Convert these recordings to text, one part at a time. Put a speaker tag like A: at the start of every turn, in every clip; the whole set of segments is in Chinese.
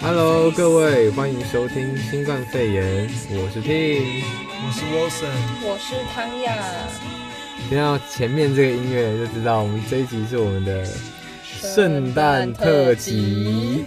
A: Hello，各位，欢迎收听新冠肺炎，我是 Tim。
B: 我是 Wilson，
C: 我是汤雅，
A: 听到前面这个音乐就知道，我们这一集是我们的圣诞特辑。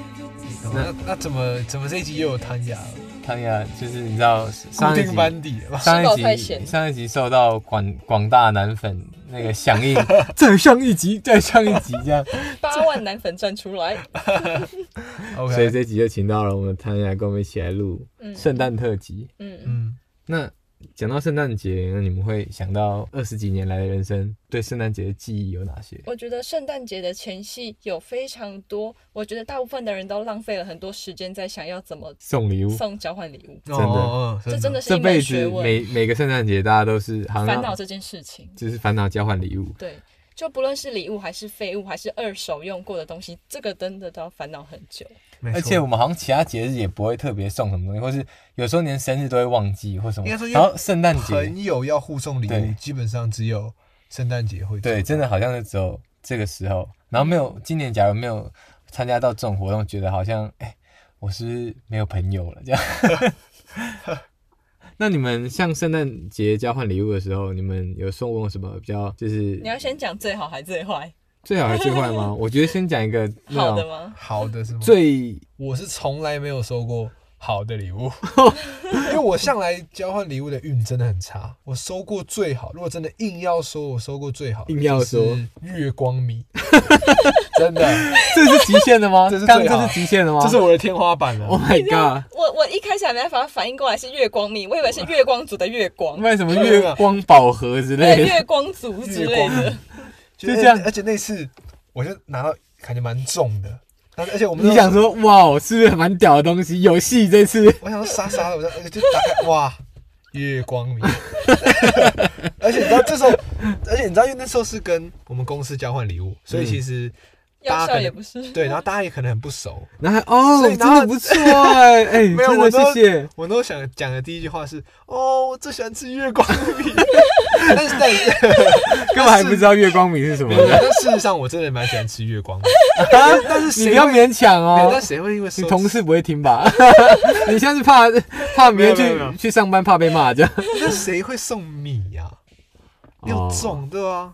B: 那那怎么怎么这一集又有弹牙了？
A: 汤雅就是你知道
B: 固
A: 上一
B: 定
A: 集
B: 班底了吧？
A: 上
C: 吃饱
A: 一
C: 太
A: 集
C: 闲
A: 上一集受到广广大男粉那个响应， 再上一集，再上一集这样，
C: 八万男粉站出来。
A: 所以
B: OK，
A: 这集就请到了我们汤雅跟我们一起来录
C: 嗯
A: 圣诞特辑。
C: 嗯，
B: 嗯，
A: 那讲到圣诞节，那你们会想到二十几年来的人生对圣诞节的记忆有哪些？
C: 我觉得圣诞节的前夕有非常多，我觉得大部分的人都浪费了很多时间在想要怎么
A: 送礼物，
C: 送交换礼物，
A: 真
B: 哦
A: 的
B: 哦哦
C: 这真的是
A: 这
C: 一
A: 辈
C: 门
A: 子
C: 学问，
A: 每啊每个圣诞节大家都是好
C: 烦恼
A: 像
C: 这件事情。
A: 就是烦恼交换礼物，
C: 对，就不论是礼物还是废物，还是二手用过的东西，这个真的都要烦恼很久。
B: 没错
A: 而且我们好像其他节日也不会特别送什么东西，或是有时候连生日都会忘记或什么
B: 应该说，因为
A: 然后圣诞节
B: 朋友要互送礼
A: 对
B: 物，基本上只有圣诞节会做
A: 对，真的好像是只有这个时候，然后没有今年假如没有参加到这种活动，觉得好像哎、我是不是没有朋友了这样。 那你们像圣诞节交换礼物的时候，你们有送过什么比较就是
C: 你要先讲最好还是最坏？
A: 最好还是最坏 吗？我觉得先讲一个那
C: 好的
A: 种
C: 吗？
B: 好的是吗？
A: 最
B: 我是从来没有收过好的 礼物，因为我向来交换礼物的运真的很差。我收过最好，如果真的硬要说，我收过最好，
A: 硬要说
B: 月光 米，真的，
A: 这是极限的吗？
B: 这是最
A: 刚
B: 好
A: 这是极限的吗？
B: 这是我的天花板了
A: Oh。my god！
C: 我我一开始还没办法反应过来是月光蜜，我以为是月光族的月光，
A: 卖什么月光宝盒之
C: 对，
A: 类的？
C: 月光族之类的。
B: 就
A: 就这样
B: 而且那次我就拿到感觉蛮重的，但是而且我们
A: 你想，说哇，是不是蛮屌的东西？有戏这次
B: 我想说傻傻的，我就我就打开，哇，月光明。 而且你知道这时候，而且你知道，因为那时候是跟我们公司交换礼物，
A: 嗯
B: 所以其实
C: 要
B: 大家
C: 笑
B: 可
C: 也
B: 能
C: 不是，
B: 对，然后大家也可能很不熟。
A: 然后哦，
B: 所以
A: 真
B: 然后
A: 的不错哎、 哎、
B: 没有
A: 真
B: 我
A: 的
B: 都
A: 谢 谢。
B: 我都想讲的第一句话是：哦，我最喜欢吃月光米。 但是，但是，
A: 根本还不知道月光米是什么
B: 没有
A: 的，
B: 但事实上我真的蛮喜欢吃月光米。但是
A: 啊你
B: 谁
A: 不要
B: 会？
A: 勉强
B: 没有
A: 哦
B: 但。谁会因为
A: 你
B: 收
A: 同事不会听 吧？ 你现在是怕怕明
B: 没有没有没
A: 天
B: 有
A: 去去上班怕被骂 这样？
B: 那谁会送米呀、有
A: 哦，
B: 种的啊！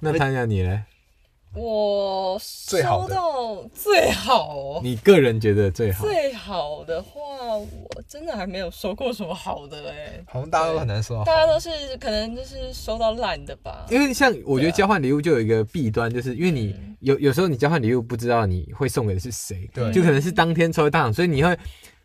A: 那谈一下你嘞，
C: 我
B: 最好
C: 收
B: 的
C: 到最好哦，
A: 你个人觉得最好？
C: 最好的话，我真的还没有收过什么好的嘞。
B: 好像大家都很难收到
C: 大家都是可能就是收到烂的吧，
A: 因为像我觉得交换礼物就有一个弊端，就是因为你有有时候你交换礼物不知道你会送给的是谁，
B: 对
A: 就可能是当天抽到，所以你会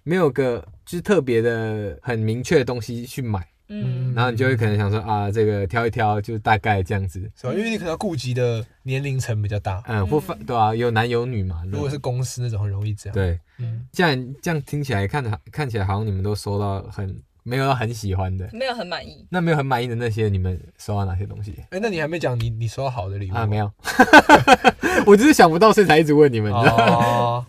A: 没有个就是特别的很明确的东西去买，
C: 嗯，
A: 然后你就会可能想说啊，这个挑一挑就大概这样子，
B: 是吧？因为你可能要顾及的年龄层比较大，
A: 嗯，或反对啊，有男有女嘛，
B: 如果是公司那种很容易这样。
A: 对，
B: 嗯，
A: 这样这样听起来看着看起来好像你们都收到很没有到很喜欢的，
C: 没有很满意。
A: 那没有很满意的那些，你们收到哪些东西？
B: 哎、那你还没讲你你收到好的礼物
A: 啊，没有， 我只是想不到，所以才一直问你们。你知道吗
B: 哦，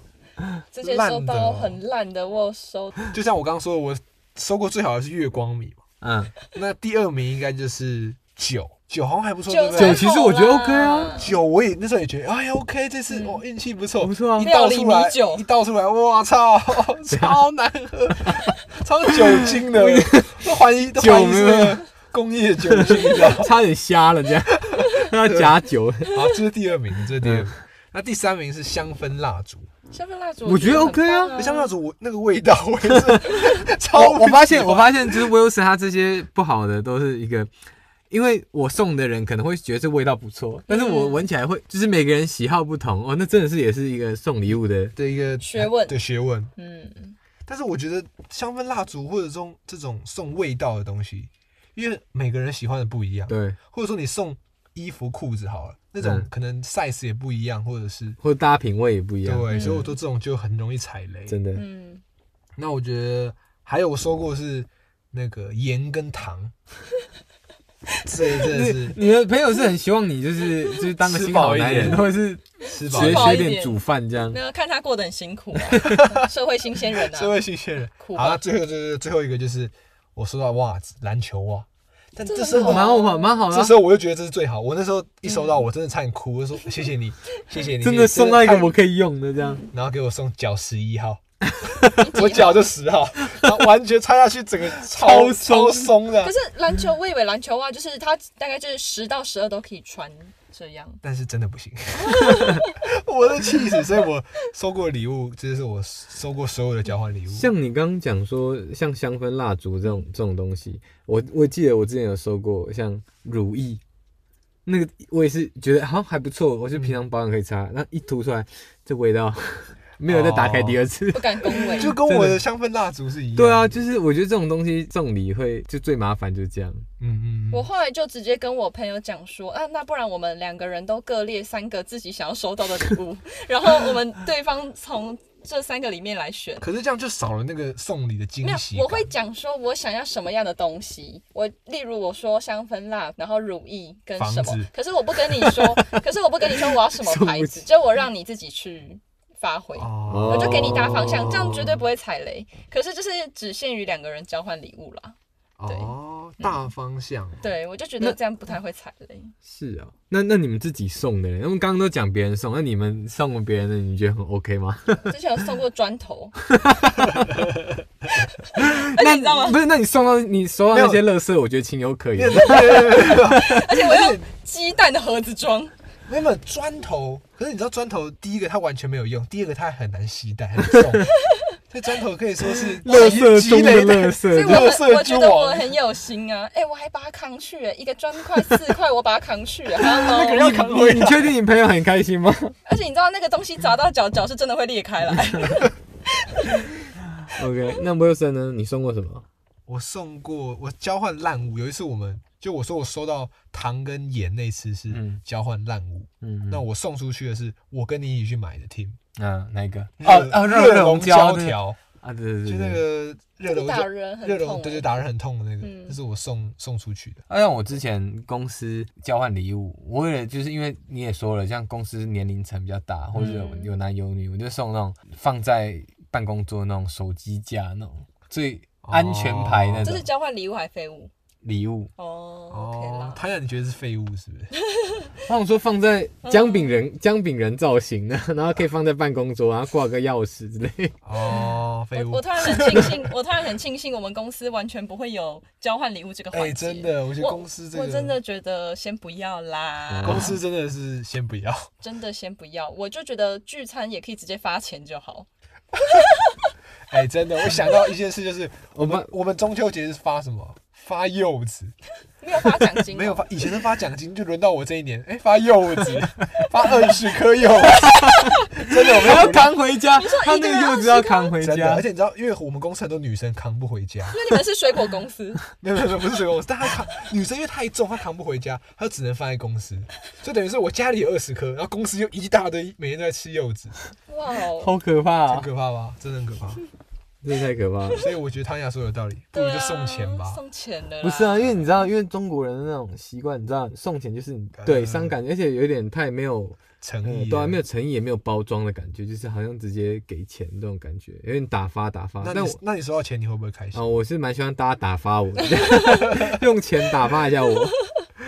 C: 之前
B: 烂的
A: 哦
C: 收到很烂的，我有收
B: 就像我刚刚说的，我收过最好的是月光米嘛，
A: 嗯，
B: 那第二名应该就是酒，酒好像还不错，对
C: 九
B: 不
A: 酒
B: 对？
A: 其实我觉得 OK 啊
B: 酒我也那时候也觉得，哎呀，OK，这次
C: 嗯
B: 我运气不错，
A: 不错啊
B: 一倒
C: 料理
B: 出
C: 米
B: 来
C: 酒，
B: 一倒出来，我 操，
A: 啊
B: 超难喝，超酒 精的，都怀疑都怀疑
A: 酒
B: 是
A: 没有
B: 那个工业酒精，你知道吗？
A: 差点瞎了这 样，要假酒。
B: 好，这是第二名，这是第二
A: 嗯
B: 名。那第三名是香氛蜡烛，
C: 香氛蜡烛，
A: 我觉得
C: 很
A: OK 啊
C: 棒
B: 那香氛蜡烛我那个味道，我也 是超
A: 我我发现我发现就是 Wilson 他这些不好的都是一个，因为我送的人可能会觉得这味道不错，但是我闻起来会就是每个人喜好不同哦，那真的是也是一个送礼物的。
B: 的一个
C: 学问
B: 对学问。
C: 嗯，
B: 但是我觉得香氛蜡烛或者这种这种送味道的东西，因为每个人喜欢的不一样，
A: 对，
B: 或者说你送衣服、裤子好了，那种
A: 嗯
B: 可能 size 也不一样，或者是
A: 或者大家品味也不一样，嗯
B: 对，所以我说这种就很容易踩雷。
A: 真的。
C: 嗯，
B: 那我觉得还有我说过是那个盐 跟糖，这真的是
A: 你的朋友是很希望你 就是就是当个新好男人，
B: 吃
A: 或者是
B: 吃饱
A: 学
B: 了
C: 饱
A: 学
C: 一点
A: 点煮饭这样
C: 没。有看他过得很辛苦 啊，社会新鲜人
B: 社
C: 啊，
B: 会新鲜人。
C: 苦
B: 好，那
C: 吧，
B: 最后就是最后一个就是我收到袜子，篮球袜，但
C: 这
B: 这
C: 很
B: 时候
C: 好
A: 蛮好蛮好的
B: 这
A: 啊
B: 时，候我就觉得这是最好。我那时候一收到，我真的差点哭，我就说谢谢你，谢谢 你，
A: 真的送到一个
B: 太
A: 我可以用的这样。
B: 然后给我送脚十一号， 我脚就十号，然后完全插下去，整个超
A: 超松
B: 超松的
C: 可。是篮球，我以为篮球袜就是它大概就是十到十二都可以穿这样。
B: 但是真的不行， 我都气死。所以我收过礼物，这是我收过所有的交换礼物。
A: 像你刚刚讲说，像香氛蜡烛这种这种东西，我我记得我之前有收过，像乳液，那个我也是觉得好像还不错，我就平常保养可以擦，那一涂出来，这味道 没有再打开第二 次。
C: 不敢恭维，
B: 就跟我的香氛蜡烛是一样。
A: 对啊，，就是我觉得这种东西送礼会就最麻烦，就这样。
B: 嗯嗯
C: 我
B: 嗯，
C: 后来就直接跟我朋友讲说，啊，那不然我们两个人都各列三个自己想要收到的礼物， 然后我们对方从这三个里面来选。
B: 可是这样就少了那个送礼的惊
C: 没有
B: 喜，感。
C: 我会讲说我想要什么样的东西。我例如我说香氛蜡，然后乳液跟什
B: 房
C: 么
B: 子，
C: 可是我不跟你 说，可是我不跟你说我要什么牌
A: 送
C: 子，就我让你自己去发挥。
B: 哦
C: 我就给你大方向，这样绝对
B: 不
C: 不会踩雷。可是就是只限于两个人交换礼物啦。对
B: 哦，大方向。
C: 对，我就觉得这样不太会踩雷。
A: 是啊，那那你们自己送的人，他们刚刚都讲别人送，那你们送过别人的，你觉得很 OK 吗？
C: 之前有送过 砖头， 而且
A: 那
C: 你知道吗
A: 不是，那你送到你收到
B: 没有
A: 那些垃圾，我觉得情有可原。
C: 嗯而且我用鸡蛋的盒子装，
B: 没有没有砖头，可是你知道砖头，第一个它完全没有用，第二个它很难携带，很重。这砖头可以说是
A: 垃
B: 积
A: 圾
B: 积
A: 中的
B: 累
A: 垃
C: 所以
A: 圾，
C: 我
B: 垃圾
C: 很我觉得
B: 之王
C: 我很有心啊。哎、我还把它扛去、哎一个砖块四块，我把它扛去、哎 Hello
B: 那个人要扛回
A: 你
B: 来。
A: 确定你朋友很开心吗？
C: 而且你知道那个东西砸到脚，脚是真的会裂开来。
A: OK，那 Wilson 呢？你送过什么？
B: 我送过，我交换烂物。有一次我们就我说我收到糖跟盐那次是
A: 嗯
B: 交换烂物，
A: 嗯
B: 那我送出去的是我跟你一起去买的 Tim
A: 啊，哪一个？
B: 热热
A: 熔
B: 熔胶
A: 对
B: 条，
A: 啊，对对对，
B: 就那
A: 对。
B: 个 热熔胶
C: 打人很
B: 热
C: 痛、欸
B: 熔对对打人很痛的那个，
C: 嗯
B: 那是我送送出去的。
A: 啊，像我之前公司交换礼物，我为了就是因为你也说了，像公司年龄层比较大，或者有
C: 嗯
A: 有男有女，我就送那种放在办公桌那种手机架那种最安全牌那
C: 这
A: 种
C: 是交换礼物还是废物？
A: 礼物。
C: 哦、o k 啦。
B: 他让你觉得是废物是不是？
A: 他们说放在姜饼人姜饼人造型的，然后可以放在办公桌，然后挂个钥匙之类。
B: 哦，废
C: 我
B: 物
C: 我。突然很庆幸，我突然很庆幸，我们公司完全不会有交换礼物这个环
B: 哎、
C: 节、
B: 真，的，我觉得公司这个
C: 我真的觉得先不要啦，
A: 嗯
B: 公司真的是先不要。
C: 真的先不要。我就觉得聚餐也可以直接发钱就好。
B: 哎、真的，我想到一件事，就是
A: 我
B: 我
A: 们
B: 们我们中秋节是发什么？发柚子，
C: 没有发奖金、哦
B: 没有。发，以前是发奖金，就轮到我这一年，哎、发柚子， 发二十颗柚子，真的，我
A: 我
B: 没有
A: 要
B: 鼓励
A: 扛回家，他那个柚子要扛回
B: 真的，
A: 家
B: 而。且你知道，因为我们公司很多女生扛不回家，
C: 因为你们是水果公 司，
B: 没有没有没有，不是水果公司，但她扛女生因为太重，她扛不回家，她就只能放在公司，就等于是我家里有二十颗，然后公司又一大堆，每天都在吃柚子，
C: 哇哦！
A: 好可怕
B: 很
A: 啊！
B: 可怕吧？真的很可怕。
A: 这太可怕了。
B: 所以我觉得汤雅说有道理，不
C: 对
B: 如
C: 啊
B: 就送钱吧。
C: 送钱的啦。
A: 不是啊，因为你知道，因为中国人的那种习惯，你知道，送钱就是你
B: 呃
A: 对伤感，而且有点太没有
B: 诚
A: 呃
B: 意，
A: 对啊，没有诚意，也没有包装的感觉，就是好像直接给钱这种感觉，有点打发打发。
B: 那
A: 但
B: 你
A: 我
B: 那你收到钱你会不会开心
A: 啊、？我是蛮喜欢大家打发我的， 用钱打发一下我。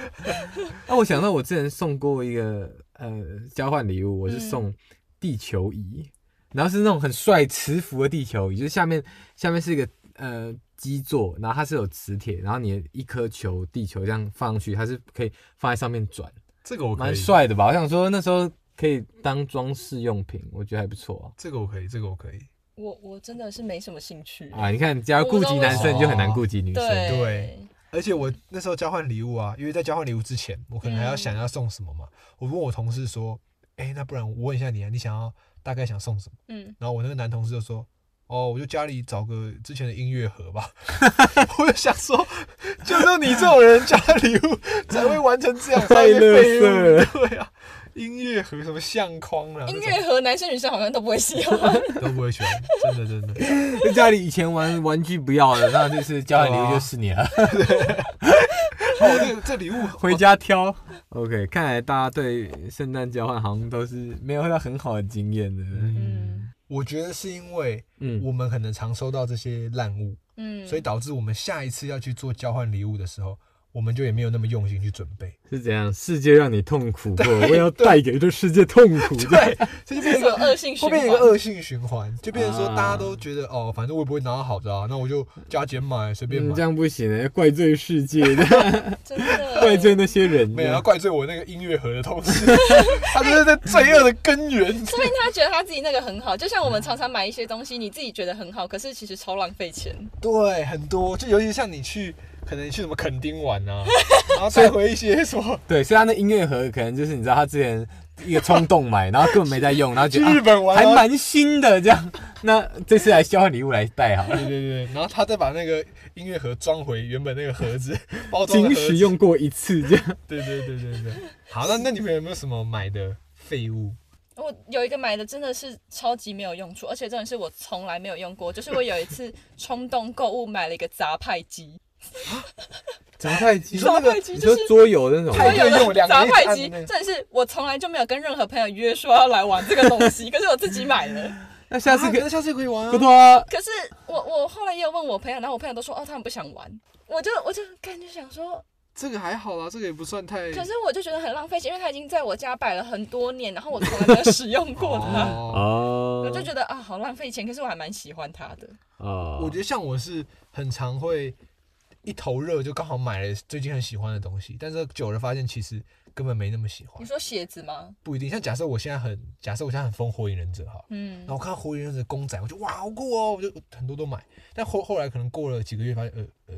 A: 那、我想到我之前送过一个呃交换礼物，我
B: 嗯
A: 是送地球仪，然后是那种很帅磁浮的地球仪，就是下面下面是一个呃基座，然后它是有磁铁，然后你的一颗球地球这样放上去，它是可以放在上面转，
B: 这个我可
A: 蛮
B: 以，
A: 帅的吧？我想说那时候可以当装饰用品，我觉得还不错
B: 这个我可以，这个我可以。
C: 我我真的是没什么兴趣。
B: 哎
A: 啊。啊，你看，假如顾及男生，你就很难顾及女生。
C: 对
B: 哦对而且我那时候交换礼物啊，因为在交换礼物之前，我可能还
C: 嗯
B: 要想要送什么嘛。我问我同事说，哎，那不然我问一下你啊，你想要大概想送什么？
C: 嗯，
B: 然后我那个男同事就说。哦，我就家里找个之前的音乐 盒吧。 我就想说，就只有你这种人交换礼物才会完成这样，
A: 太
B: 乐
A: 垃圾了
B: 对啊，音乐盒什么相框啊，
C: 音
B: 那种
C: 乐盒男生女生好像都不会喜欢。
B: 都不会喜欢，真的真的。
A: 在家里以前玩玩具不要了，那就是交换礼物就是你了，
B: 哦，这个这礼物
A: 回家挑。OK，看来大家对圣诞交换好像都是没有到很好的经验的。
C: 嗯
B: 我觉得是因为
A: 嗯，
B: 我们很能常收到这些烂物，
C: 嗯，
B: 所以导致我们下一次要去做交换礼物的时候，我们就也没有那么用心去准 备。
A: 是怎样？世界让你痛苦 过，我要带给这世界痛苦。对，
B: 这就变
C: 这
B: 成一
C: 种
B: 个。
C: 恶性
B: 会
C: 循
B: 变成一个
C: 环。
B: 恶性循环，就变成说大家都觉得、哦，反正我也不会拿到好的啊，那我就加减买，随便
A: 嗯，
B: 买
A: 这。样不行欸怪罪世界，
C: 真
A: 怪罪
C: 的，
A: 那些人。
B: 没有，他怪罪我那个音乐盒的同事， 他就是在罪恶的根源。
C: 说明他觉得他自己那个很好，就像我们常常买一些东西，你自己觉得很好，可是其实超浪费钱。
B: 对，很多，就尤其像你去，可能你去什么垦丁玩 啊，然后带回一些什么
A: 对，所以他那音乐盒可能就是你知道他之前一个冲动买，然后根本没在用，然后觉
B: 去
A: 得、
B: 日
A: 啊、
B: 本玩、
A: 还
B: 啊，
A: 蛮新的这样。那这次来交换礼物来带 好了，
B: 对对对，然后他再把那个音乐盒装回原本那个盒 子，包装的
A: 仅
B: 盒
A: 使
B: 子。
A: 用过一次这样。
B: 对对对对对。好， 那那你们有没有什么买的废物？
C: 我有一个买的真的是超级没有用处，而且真的是我从来没有用过。就是我有一 次冲动购物买了一个杂派机，
A: 杂派机
B: 你说那个
C: 杂派机
A: 你
C: 就
A: 说
C: 是
A: 桌游那种
B: 太
C: 我
A: 吗，
B: 对用
C: 有
B: 两个
C: 了杂
B: 一
C: 派
B: 按
C: 机，
B: 那个
C: 真的是我从来就没有跟任何朋友约说要来玩这个东 西，可是我自己买了。
A: 那下次可以
B: 啊、下次可以玩啊
A: 不。错啊。
C: 可是我我后来也有问我朋友，然后我朋友都说哦他们不想玩，我就我就感觉想说，
B: 这个还好啦，这个也不算太。
C: 可是我就觉得很浪费钱，因为它已经在我家摆了很多年，然后我从来没有使用过它，
B: 哦，
A: 哦，
C: 我就觉得啊好浪费钱，可是我还蛮喜欢它的。
A: 哦，
B: 我觉得像我是很常会一头热就刚好买了最近很喜欢的东西，但是久了发现其实根本没那么喜欢
C: 你。说鞋子吗？
B: 不一定，像假设我现在很，假设我现在很疯火影忍者哈，
C: 嗯
B: 然后我看到火影忍者公仔，我就哇好酷哦，我就很多都买，但后后来可能过了几个月，发现呃呃，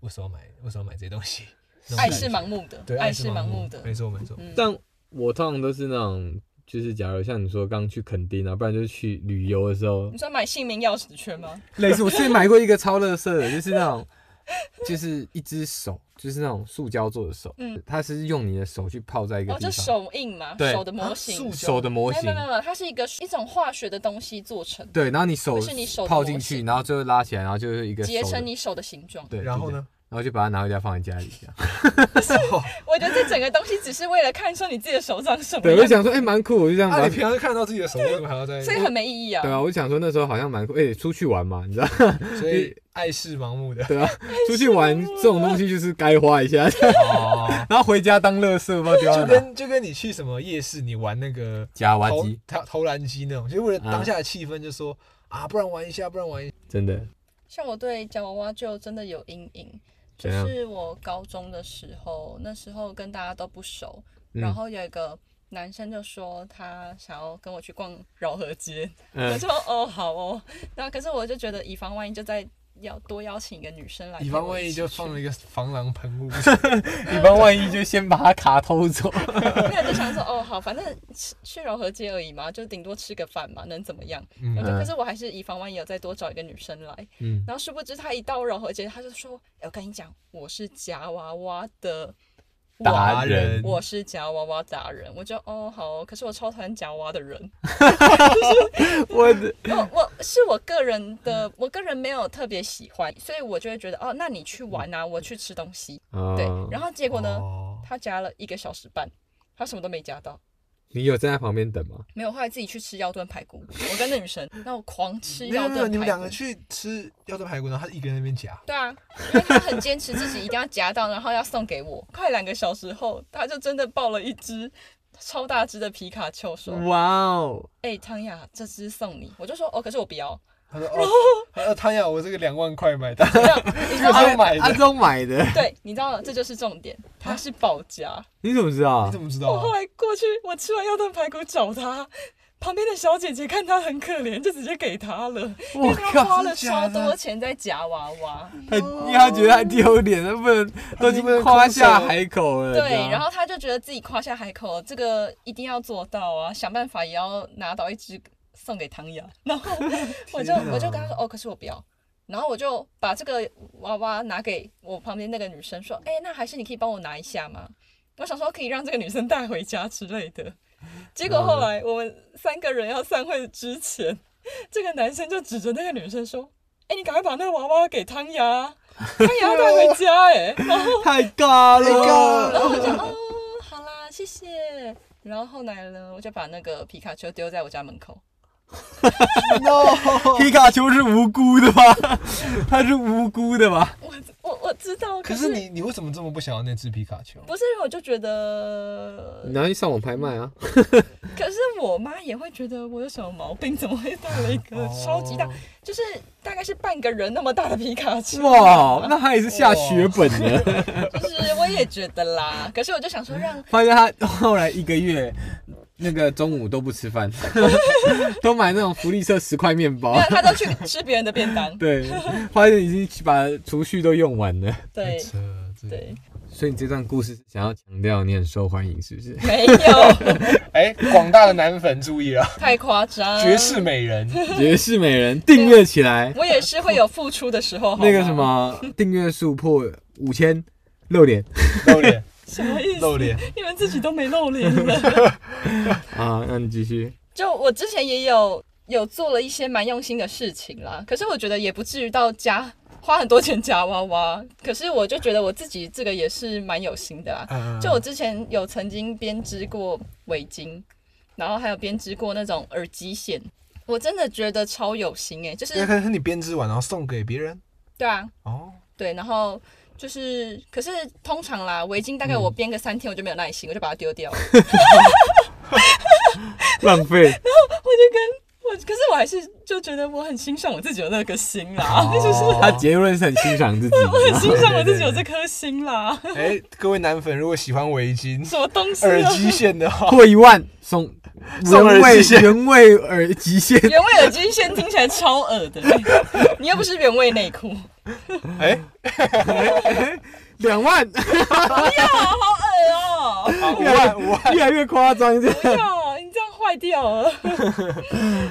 B: 为什么要买为什么要买这些东西？那种
C: 爱
B: 感
C: 是
B: 觉
C: 盲目的，
B: 对，
C: 爱
B: 爱
C: 是
B: 是
C: 盲
B: 目
C: 目的。
B: 没错没错，
C: 嗯，
A: 但我通常都是那种，就是假如像你说刚去垦丁啊，不然就是去旅游的时候
C: 你，说买姓名钥匙圈吗？
A: 类似我之前买过一个超乐色的， 就是那种，就是一只手，就是那种塑胶做的手，
C: 嗯
A: 它是用你的手去泡在一个
C: 哦，
A: 地
C: 就
A: 方，
C: 手印嘛，
A: 对
C: 手的模
B: 啊
C: 型。
B: 塑
A: 手的模
C: 没有没
A: 型
C: 有，没有，它是一个一种化学的东西做成，
A: 对，然后你手
C: 不是你手的
A: 泡进
C: 模
A: 去，
C: 型
A: 然后最后拉起来，然后就是一个
C: 结
A: 手的
C: 成你手的形状。
A: 对，
B: 然后
A: 就这样
B: 呢？？
A: 然后就把它拿回家放在家里，这样。
C: 我觉得这整个东西只是为了看说你自己的手长什么
A: 对，我就
C: 样，
A: 想说，哎，蛮酷，我就这样把
B: 啊，
A: 它
B: 你平常就看得到自己的 手，为什么还要在？
C: 所以很没意义啊
A: 对。 啊，我就想说那时候好像蛮酷，哎，出去玩嘛，你知道，
B: 所以爱是盲目的。
A: 对啊，出去玩这种东西就是该花一下，
B: 哦，
A: 然后回家当乐色，不知道丢到
B: 就
A: 哪。
B: 跟就跟你去什么夜市，你玩那个
A: 夹娃
B: 投
A: 机，
B: 投投篮机那种，就是为了
A: 啊
B: 当下的气氛，就说啊，不然玩一下，不然玩一下。
A: 真的
C: 像我对夹娃娃就真的有阴影，就
A: 怎样
C: 是我高中的时候，那时候跟大家都不熟，
A: 嗯
C: 然后有一个男生就说他想要跟我去逛饶河街， 我
A: 嗯，
C: 就哦好哦，然后可是我就觉得以防万一，就再邀多邀请一个女生来陪
B: 以
C: 我起去，
B: 防万一，就放了一个防狼喷雾。
A: 以防万 一就先把他卡偷走。
C: 没有就想说哦好，反正吃去饶河街而已嘛，就顶多吃个饭嘛，能怎么样？
B: 嗯
C: 然后
A: 嗯
C: 就可是我还是以防万一，有再多找一个女生来。
A: 嗯，
C: 然后殊不知他一到饶河街，他就说：“哎我跟你讲，我是夹娃娃的
A: 达
C: 娃
B: 达
A: 人
B: 人
C: 我是夹娃娃达人。”我就哦好哦可是我超讨厌夹娃娃的人。
A: 我的
C: 我我是我个人的，我个人没有特别喜欢，所以我就会觉得哦，那你去玩啊，我去吃东西。
A: 哦
C: 对，然后结果呢，
B: 嗯哦
C: 他夹了一个小时半，他什么都没夹到。
A: 你有站在旁边等吗？
C: 没有，后来自己去吃腰炖排骨，我跟那女生， 那我狂吃
B: 没有
C: 腰
B: 没有，
C: 炖
B: 你们
C: 排
B: 两
C: 骨
B: 个。去吃腰炖排骨，然后他一个人在那边夹。
C: 对啊，因为他很坚持自己一定要夹到，然后要送给我。快两个小时后，他就真的抱了一只超大只的皮卡丘，说
A: 哇哦，：“
C: 哎、汤雅，这只送你。”我就说：“哦，可是我不要。
B: 他 说哦，他说汤雅，我这个两万块买的，
C: 你知道” 你知
B: 这
C: 道啊
B: 是买
A: 阿
B: 的。
A: 忠买的，
C: 对，你知道了，这就是重点，
B: 啊
C: 他是保夹。
A: 你怎么知道
B: 你？怎么知道
C: 我 后
B: 啊？
C: 来过去，我吃完腰炖排骨找他。旁边的小姐姐看他很可怜，就直接给他了，因
A: 我
C: 为他花
A: 靠，
C: 了
B: 真的假
C: 超
B: 的
C: 多钱在夹娃娃。
A: 他因为他觉得他丢脸，他不能都已经夸下海口了。
C: 对，然
A: 后
C: 后他就觉得自己夸下海口，这个一定要做到啊，想办法也要拿到一只送给唐雅。然后 我就
B: 天哪
C: 我就跟他说，哦，可是我不要。然后我就把这个娃娃拿给我旁边那个女生说，哎，那还是你可以帮我拿一下吗？我想说可以让这个女生带回家之类的。结果后来我们三个人要散会之前，这个男生就指着那个女生说：“哎，你赶快把那个娃娃给汤雅啊，汤雅要带回家。”哎，然后
A: 太尬
B: 太尬
A: 了
B: 了。
C: 然后我就哦，好啦，谢谢。然后后来呢，我就把那个皮卡丘丢在我家门口。
B: no，
A: 皮卡丘是无辜的吧？他是无辜的吧？
C: 我我我知道，
B: 可是你你为什么这么不想要那只皮卡丘？
C: 不是，我就觉得，
A: 你拿去上网拍卖啊？
C: 可是我妈也会觉得我有什么毛病，怎么会带了一个
B: 哦
C: 超级大，就是大概是半个人那么大的皮卡 丘？
A: 哇，那他也是下血本的。
C: 就是我也觉得啦，可是我就想说 让
A: 发现他后来一个月那个中午都不吃饭， 都买那种福利社十块面包，
C: 没有，。他都去吃别人的便当
A: 对，发现已经把储蓄都用完了。
C: 对
B: 车，这个
C: 对，
A: 所以你这段故事想要强调你很受欢迎，是不 是？
C: 没有
B: 哎，广大的男粉注 意了，啊
C: 太夸张，
B: 绝世，美 人，
A: 绝世美人，订阅起 来。
C: 我也是会有付出的时候，好吗
A: 那个什么，订阅数破五千，露脸
B: 露脸
C: 什么意思？
B: 露脸，
C: 你们自己都没露脸了。
A: 啊！那你继续。
C: 就我之前也有有做了一些蛮用心的事情啦，可是我觉得也不至于到加花很多钱夹娃娃，可是我就觉得我自己这个也是蛮有心的啦。啊
B: 嗯
C: 就我之前有曾经编织过围巾，然后还有编织过那种耳机线，我真的觉得超有心诶、就
B: 那
C: 是
B: 哎可是你编织完然后送给别人
C: 对啊，
B: 哦，
C: 对，然后就是可是通常啦，围巾大概我编个三天我就没有耐心，我就把它丢掉了。
A: 浪费，
C: 我就跟我，可是我还是就觉得我很欣赏我自己有那颗心啦，
B: 哦
C: 啊就是
A: 他结论是很欣赏 自己。
C: 我很欣赏我自己有这颗心啦，
B: 哎，各位男粉如果喜欢围 巾、
C: 什么东西、啊？
B: 耳机线的 话，
A: 破一万 送
B: 送
A: 原
B: 耳
A: 味
B: 机线
A: 原味耳极限，
C: 原味耳机线听起来超恶的，你又不是原味内 裤，
B: 哎，
A: 两万，
C: 啊，好恶哦、
B: 好五万五万，
A: 越来越夸张这样。
C: 不要，你这样坏掉 了。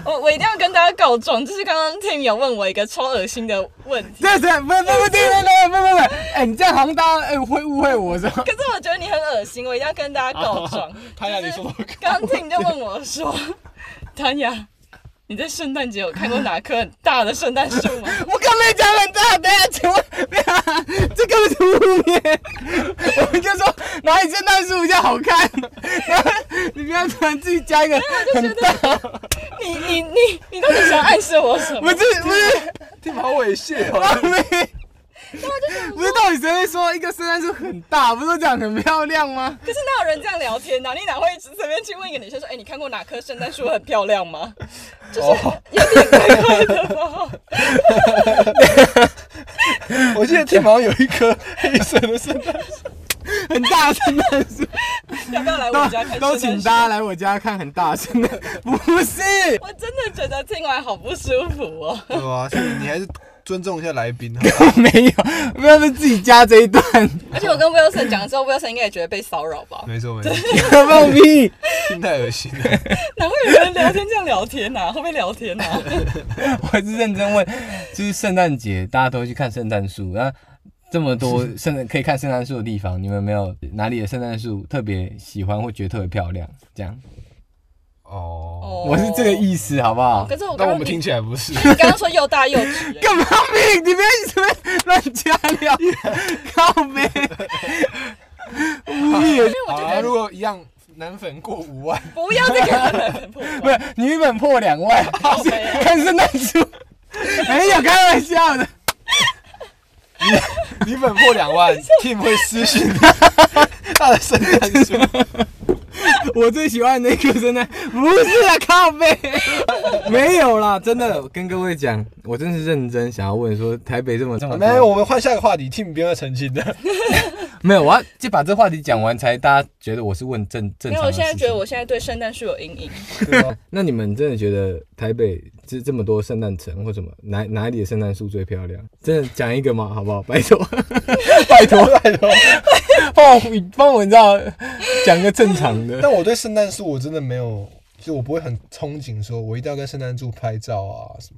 C: 我我一定要跟大家告状，就是刚刚 Tim 有问我一个超恶心的问题，
A: 这这不不不对对对不不不，哎，你这样好像大家哎会误会我是吧？
C: 可是我觉得你很恶心，我一定要跟大家告状。
B: 他让你说我
C: 刚刚 Tim 就问我说：“ 谭雅，你在圣诞节有看过哪棵很大的圣诞树吗？”
A: 我刚没讲很大，等一下，请问，等一下，这根本是污蔑。我们就说哪里圣诞树比较好看，然后你不要突然自己加一个很大，
C: 你你你你到底想暗示我什
A: 不
C: 么？
A: 是不是
B: 听好猥亵哦，
A: 阿妹。不是，到底谁会说一个圣诞树很大？不是讲很漂亮吗？
C: 可是哪有人这样聊天呢、你哪会随便去问一个女生说：“哎、你看过哪棵圣诞树很漂亮吗？”就是有点怪怪的吧？
B: 我记得天好像有一棵黑色的圣诞树，
A: 很大的圣诞树，
C: 要不要来我家看
A: 都都请
C: 圣
A: 大家
C: 诞树？
A: 来我家看很大的圣诞，不是？
C: 我真的觉得听完好不舒服哦。
B: 对吧？所以你还是尊重一下来 宾啊。
A: 没有，不要被自己加这一 段，
C: 而且我跟 Wilson 讲了之后，Wilson 应该也觉得被骚扰吧？
B: 没错没错，
A: 放屁！
B: 听太恶心啊了。
C: 哪会有人聊天这样聊天呐、啊？会不会聊天呐、啊？
A: 我还是认真问，就是圣诞节大家都会去看圣诞树，那这么多圣诞可以看圣诞树的地方，你们有没有哪里的圣诞树特别喜欢或觉得特别漂亮？这样，
B: 哦，
C: 哦
A: 我是这个意思，好不好？
C: 可是我
B: 但
C: 刚
B: 我
C: 刚
B: 们
C: 你
B: 听起来不是。
C: 你刚刚说又大又直、欸，
A: 干嘛命？你别一直乱加 料，靠背，无语。
C: 因为我
B: 好
C: 就
B: 啊，
C: 觉
B: 如
C: 得
B: 果一样，男粉过五万，
C: 不要再给他们破
A: 不是，你原本破两 万，
C: 靠 背啊
A: 看圣诞树，没有开玩笑的。
B: 你粉破两 万，Tim 会私信他的圣诞树。
A: 我最喜欢的那个真的不是啊，靠背， 没有啦，真的跟各位讲，我真是认真想要问说，台北这么这么
B: 没有，我们换下一个话题，Tim 不要澄清的。
A: 没有，我要就把这话题讲完才，大家觉得我是问正正
C: 没有，
A: 常的
C: 我
A: 事
C: 现
A: 情。
C: 在觉得我现在对圣诞树有阴影。
B: 对啊吧
A: 那你们真的觉得台北这这么多圣诞城或什么哪哪里的圣诞树最漂亮？真的讲一个嘛，好不好？拜托，
B: 啊拜托拜 托。
A: 帮我帮我，你知道，讲个正常的。
B: 但我对圣诞树我真的没有，就我不会很憧憬说我一定要跟圣诞树拍照啊什么。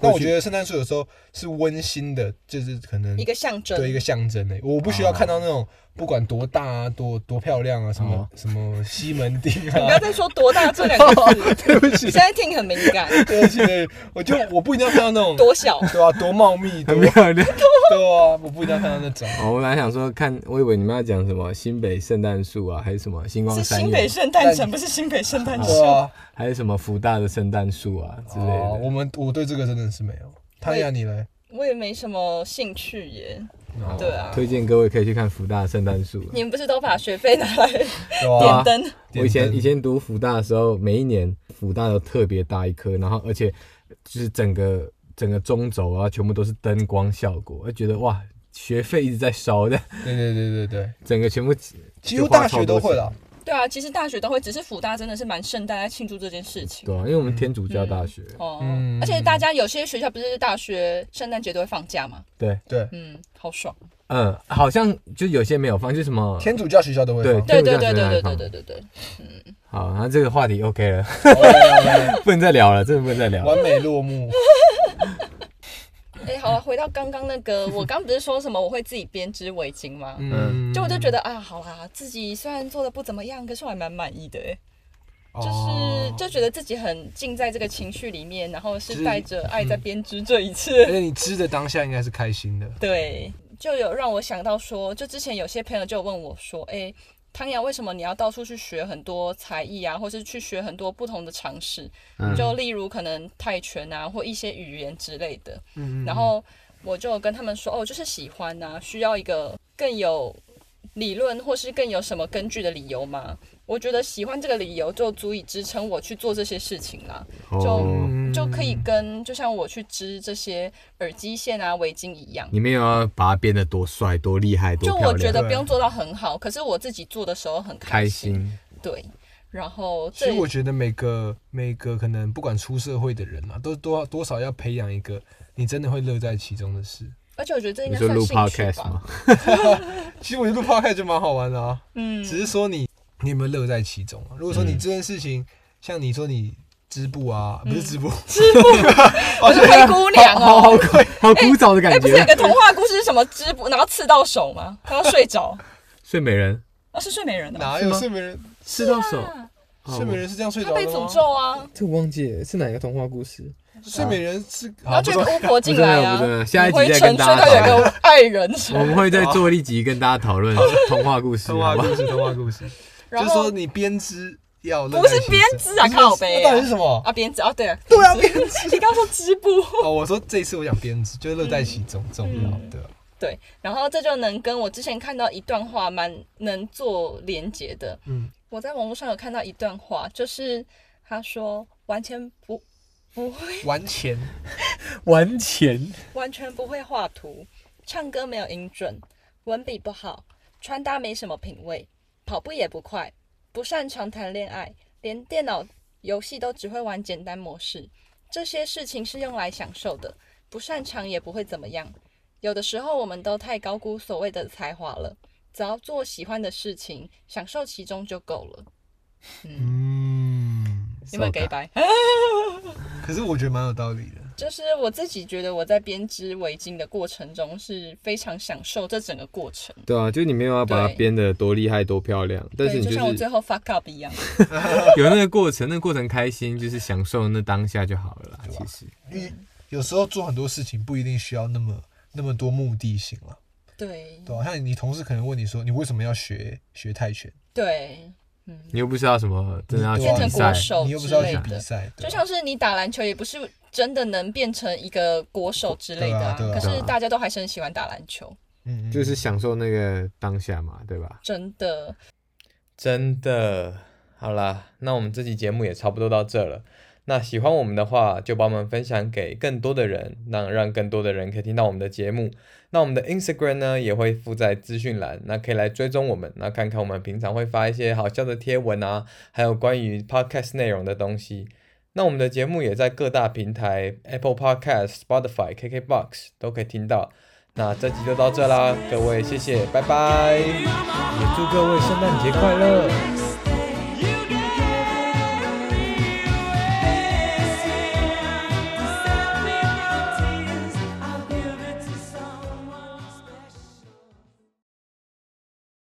B: 但我觉得圣诞树有时候是温馨的，就是可能
C: 一个象征。
B: 对一个象征诶、我不需要看到那种不管多大啊、多多漂亮啊，什么、什么西门町
C: 不要
B: 啊，
C: 再说多大这两个字，
B: 对不起
C: 现，在听很敏感。
B: 对不起，对不起我就我不一定要看到那种
C: 多小？
B: 对啊，多茂密，多
A: 很漂亮。
B: 对啊，我不一定要看到那种。
A: 哦，我本来想说看，我以为你们要讲什么新北圣诞树啊，还是什么星光
C: 是
A: 三
C: 新
A: 月
C: 北，圣诞城，不是新北圣诞
B: 对
C: 树。
B: 啊，
A: 还是什么福大的圣诞树啊之类
B: 哦
A: 的。
B: 我们我对这个真的是没有。汤雅，你来，
C: 我也没什么兴趣耶。
B: 哦
C: 对啊
A: 推荐各位可以去看福大的圣诞树。
C: 你们不是都把学费拿来
B: 对
A: 啊
B: 吧
C: 点？灯？
A: 我以
B: 点
A: 前
B: 灯
A: 以前读福大的时候，每一年福大都特别大一颗，然后而且就是整个整个中轴啊，全部都是灯光效果，我就觉得哇，学费一直在烧的，
B: 对对对对对，
A: 整个全部
B: 几乎大学都会了。
C: 对啊，其实大学都会，只是福大真的是蛮盛大在庆祝这件事情。
A: 对啊，因为我们天主教大学，
C: 哦，
B: 嗯
C: 而且大家有些学校不是大学圣诞节都会放假嘛？
A: 对，
B: 对，
C: 嗯，好爽。
A: 嗯，好像就有些没有放，就什么
B: 天主教学校都会放。
A: 对
C: 对
A: 对对对
C: 对对
A: 对对
C: 对对对
A: 对
C: 对对对，
A: 好，那这个话题 OK 了，
B: OK，OK，OK，
A: 不能再聊了，真的不能再聊了。
B: 完美落幕。
C: 哎、好了，回到刚刚那 个，我刚不是说什么我会自己编织围巾吗？
A: 嗯
C: 就我就觉
B: 得
C: 得啊，好啦，自己虽然做的不怎么样，可是我还蛮满意的哎、
B: 哦
C: 就是就觉得自己很浸在这个情绪里面，然后
B: 就是嗯
C: 是带着爱在编织这一
B: 而
C: 切。
B: 且你织的当下应该是开心的。
C: 对，就有让我想到说，就之前有些朋友就有问我说，哎、汤雅，为什么你要到处去学很多才艺啊，或是去学很多不同的尝试？
A: 嗯
C: 就例如可能泰拳啊，或一些语言之类的。
B: 嗯
C: 然后我就跟他们说，哦，就是喜欢呐、需要一个更有理论或是更有什么根据的理由嘛。我觉得喜欢这个理由就足以支撑我去做这些事情啦，
A: 哦，
B: 嗯
C: 就可以跟就像我去织这些耳机线啊、围巾一样。
A: 你没有要把它变得多帅、多厉害、多
C: 就
A: 漂亮，
C: 我觉得不用做到很好，可是我自己做的时候很
A: 开
C: 心。
A: 心，
C: 对，然后
B: 其实
C: 这
B: 我觉得每个每个可能不管出社会的人啊，都多多少要培养一个你真的会乐在其中的事。
C: 而且我觉得这应
A: 你
C: 该
A: 说
C: 算
A: 录
C: 兴趣
A: podcast
C: 吧。
A: 吗？
B: 其实我觉得录 podcast 就蛮好玩的啊，
C: 嗯，
B: 只是说你你有没有乐在其中、啊。如果说你
A: 嗯
B: 这件事情，像你说你织布啊，
C: 嗯
B: 不是织布，哦
C: 我是灰 姑 娘
A: 好
C: 哦
A: 好。 快，好古早的
C: 哎、
A: 感
C: 不是有
A: 觉。
C: 个童话故事是什么织布，然后刺到手吗？他要睡着。
A: 睡美人
C: 啊，是睡美人啊，
B: 哪
A: 是
B: 有
A: 吗
B: 睡美人？
A: 吃到手，哦
B: 睡美人是这样睡
C: 她
B: 着
C: 被
B: 的
C: 诅
B: 吗？
C: 咒啊，
A: 这我忘记了是哪个童话故事？
B: 睡美人是
C: 然后
B: 好
C: 就
B: 啊不说
C: 有个巫婆进来啊，
A: 不重要不重要下一集
C: 回
A: 再
C: 城
A: 跟
C: 睡
A: 大家
C: 到有个爱人什
A: 我
C: 么，
A: 们会再做一集跟大家讨 论童话故事，
B: 童话
A: 好吧？
B: 故事，童话故事，就
C: 然
B: 是说
C: 后
B: 你编织要乐
C: 不
B: 在
C: 是
B: 其
C: 编
B: 中
C: 织啊，
B: 不是
C: 靠
B: 那
C: 背
B: 到底是
C: 啊，
B: 什 么？
C: 啊编织啊，对啊，
B: 对啊，编织。
C: 你刚说织布，
B: 哦，我说这一次我想编织，就是乐在其中重要
C: 嗯
B: 对啊
C: 对，然后这就能跟我之前看到一段话蛮能做连结的，
B: 嗯，
C: 我在网络上有看到一段话，就是他说完全不不会
B: 玩钱，
A: 完全
C: 完全不会画图，唱歌没有音准，文笔不好，穿搭没什么品味，跑步也不快，不擅长谈恋爱，连电脑游戏都只会玩简单模式。这些事情是用来享受的，不擅长也不会怎么样。有的时候我们都太高估所谓的才华了，只要做喜欢的事情，享受其中就够了。嗯，
B: 嗯，
C: 有没有给白？
B: 可是我觉得蛮有道理的，
C: 就是我自己觉得我在编织围巾的过程中是非常享受这整个过程。
A: 对啊，就你没有要把它
C: 对
A: 编得多厉害、多漂亮，但是
C: 对，
A: 你
C: 就是 像我最后 fuck up 一样，
A: 有那个过程，那个过程开心，就是享受那当下就好了啦。其实，
B: 因为有时候做很多事情不一定需要那么那么多目的性了，
C: 对
B: 对吧？像你同事可能问你说，你为什么要学学泰拳？
C: 对，嗯，
B: 啊
A: 你又不是要什么真的要去
B: 变
A: 比
B: 成
A: 赛
C: 啊国，手
B: 你又不是要
C: 之
B: 去
C: 类的
B: 比赛，对
C: 就
B: 吧
C: 像是你打篮球也不是真的能变成一个国手之类的
B: 对啊对啊
C: 可是大家都还是很喜欢打篮球，
B: 嗯，嗯
A: 就是享受那个当下嘛，对吧？
C: 真的。
A: 真的，好啦，那我们这期节目也差不多到这了。那喜欢我们的话，就帮我们分享给更多的人，让让更多的人可以听到我们的节目。那我们的 Instagram 呢，也会附在资讯栏，那可以来追踪我们，那看看我们平常会发一些好笑的贴文啊，还有关于 podcast 内容的东西。那我们的节目也在各大平台，Apple Podcast、Spotify、KKBox 都可以听到。那这集就到这啦，各位谢谢，拜拜，也祝各位圣诞节快乐。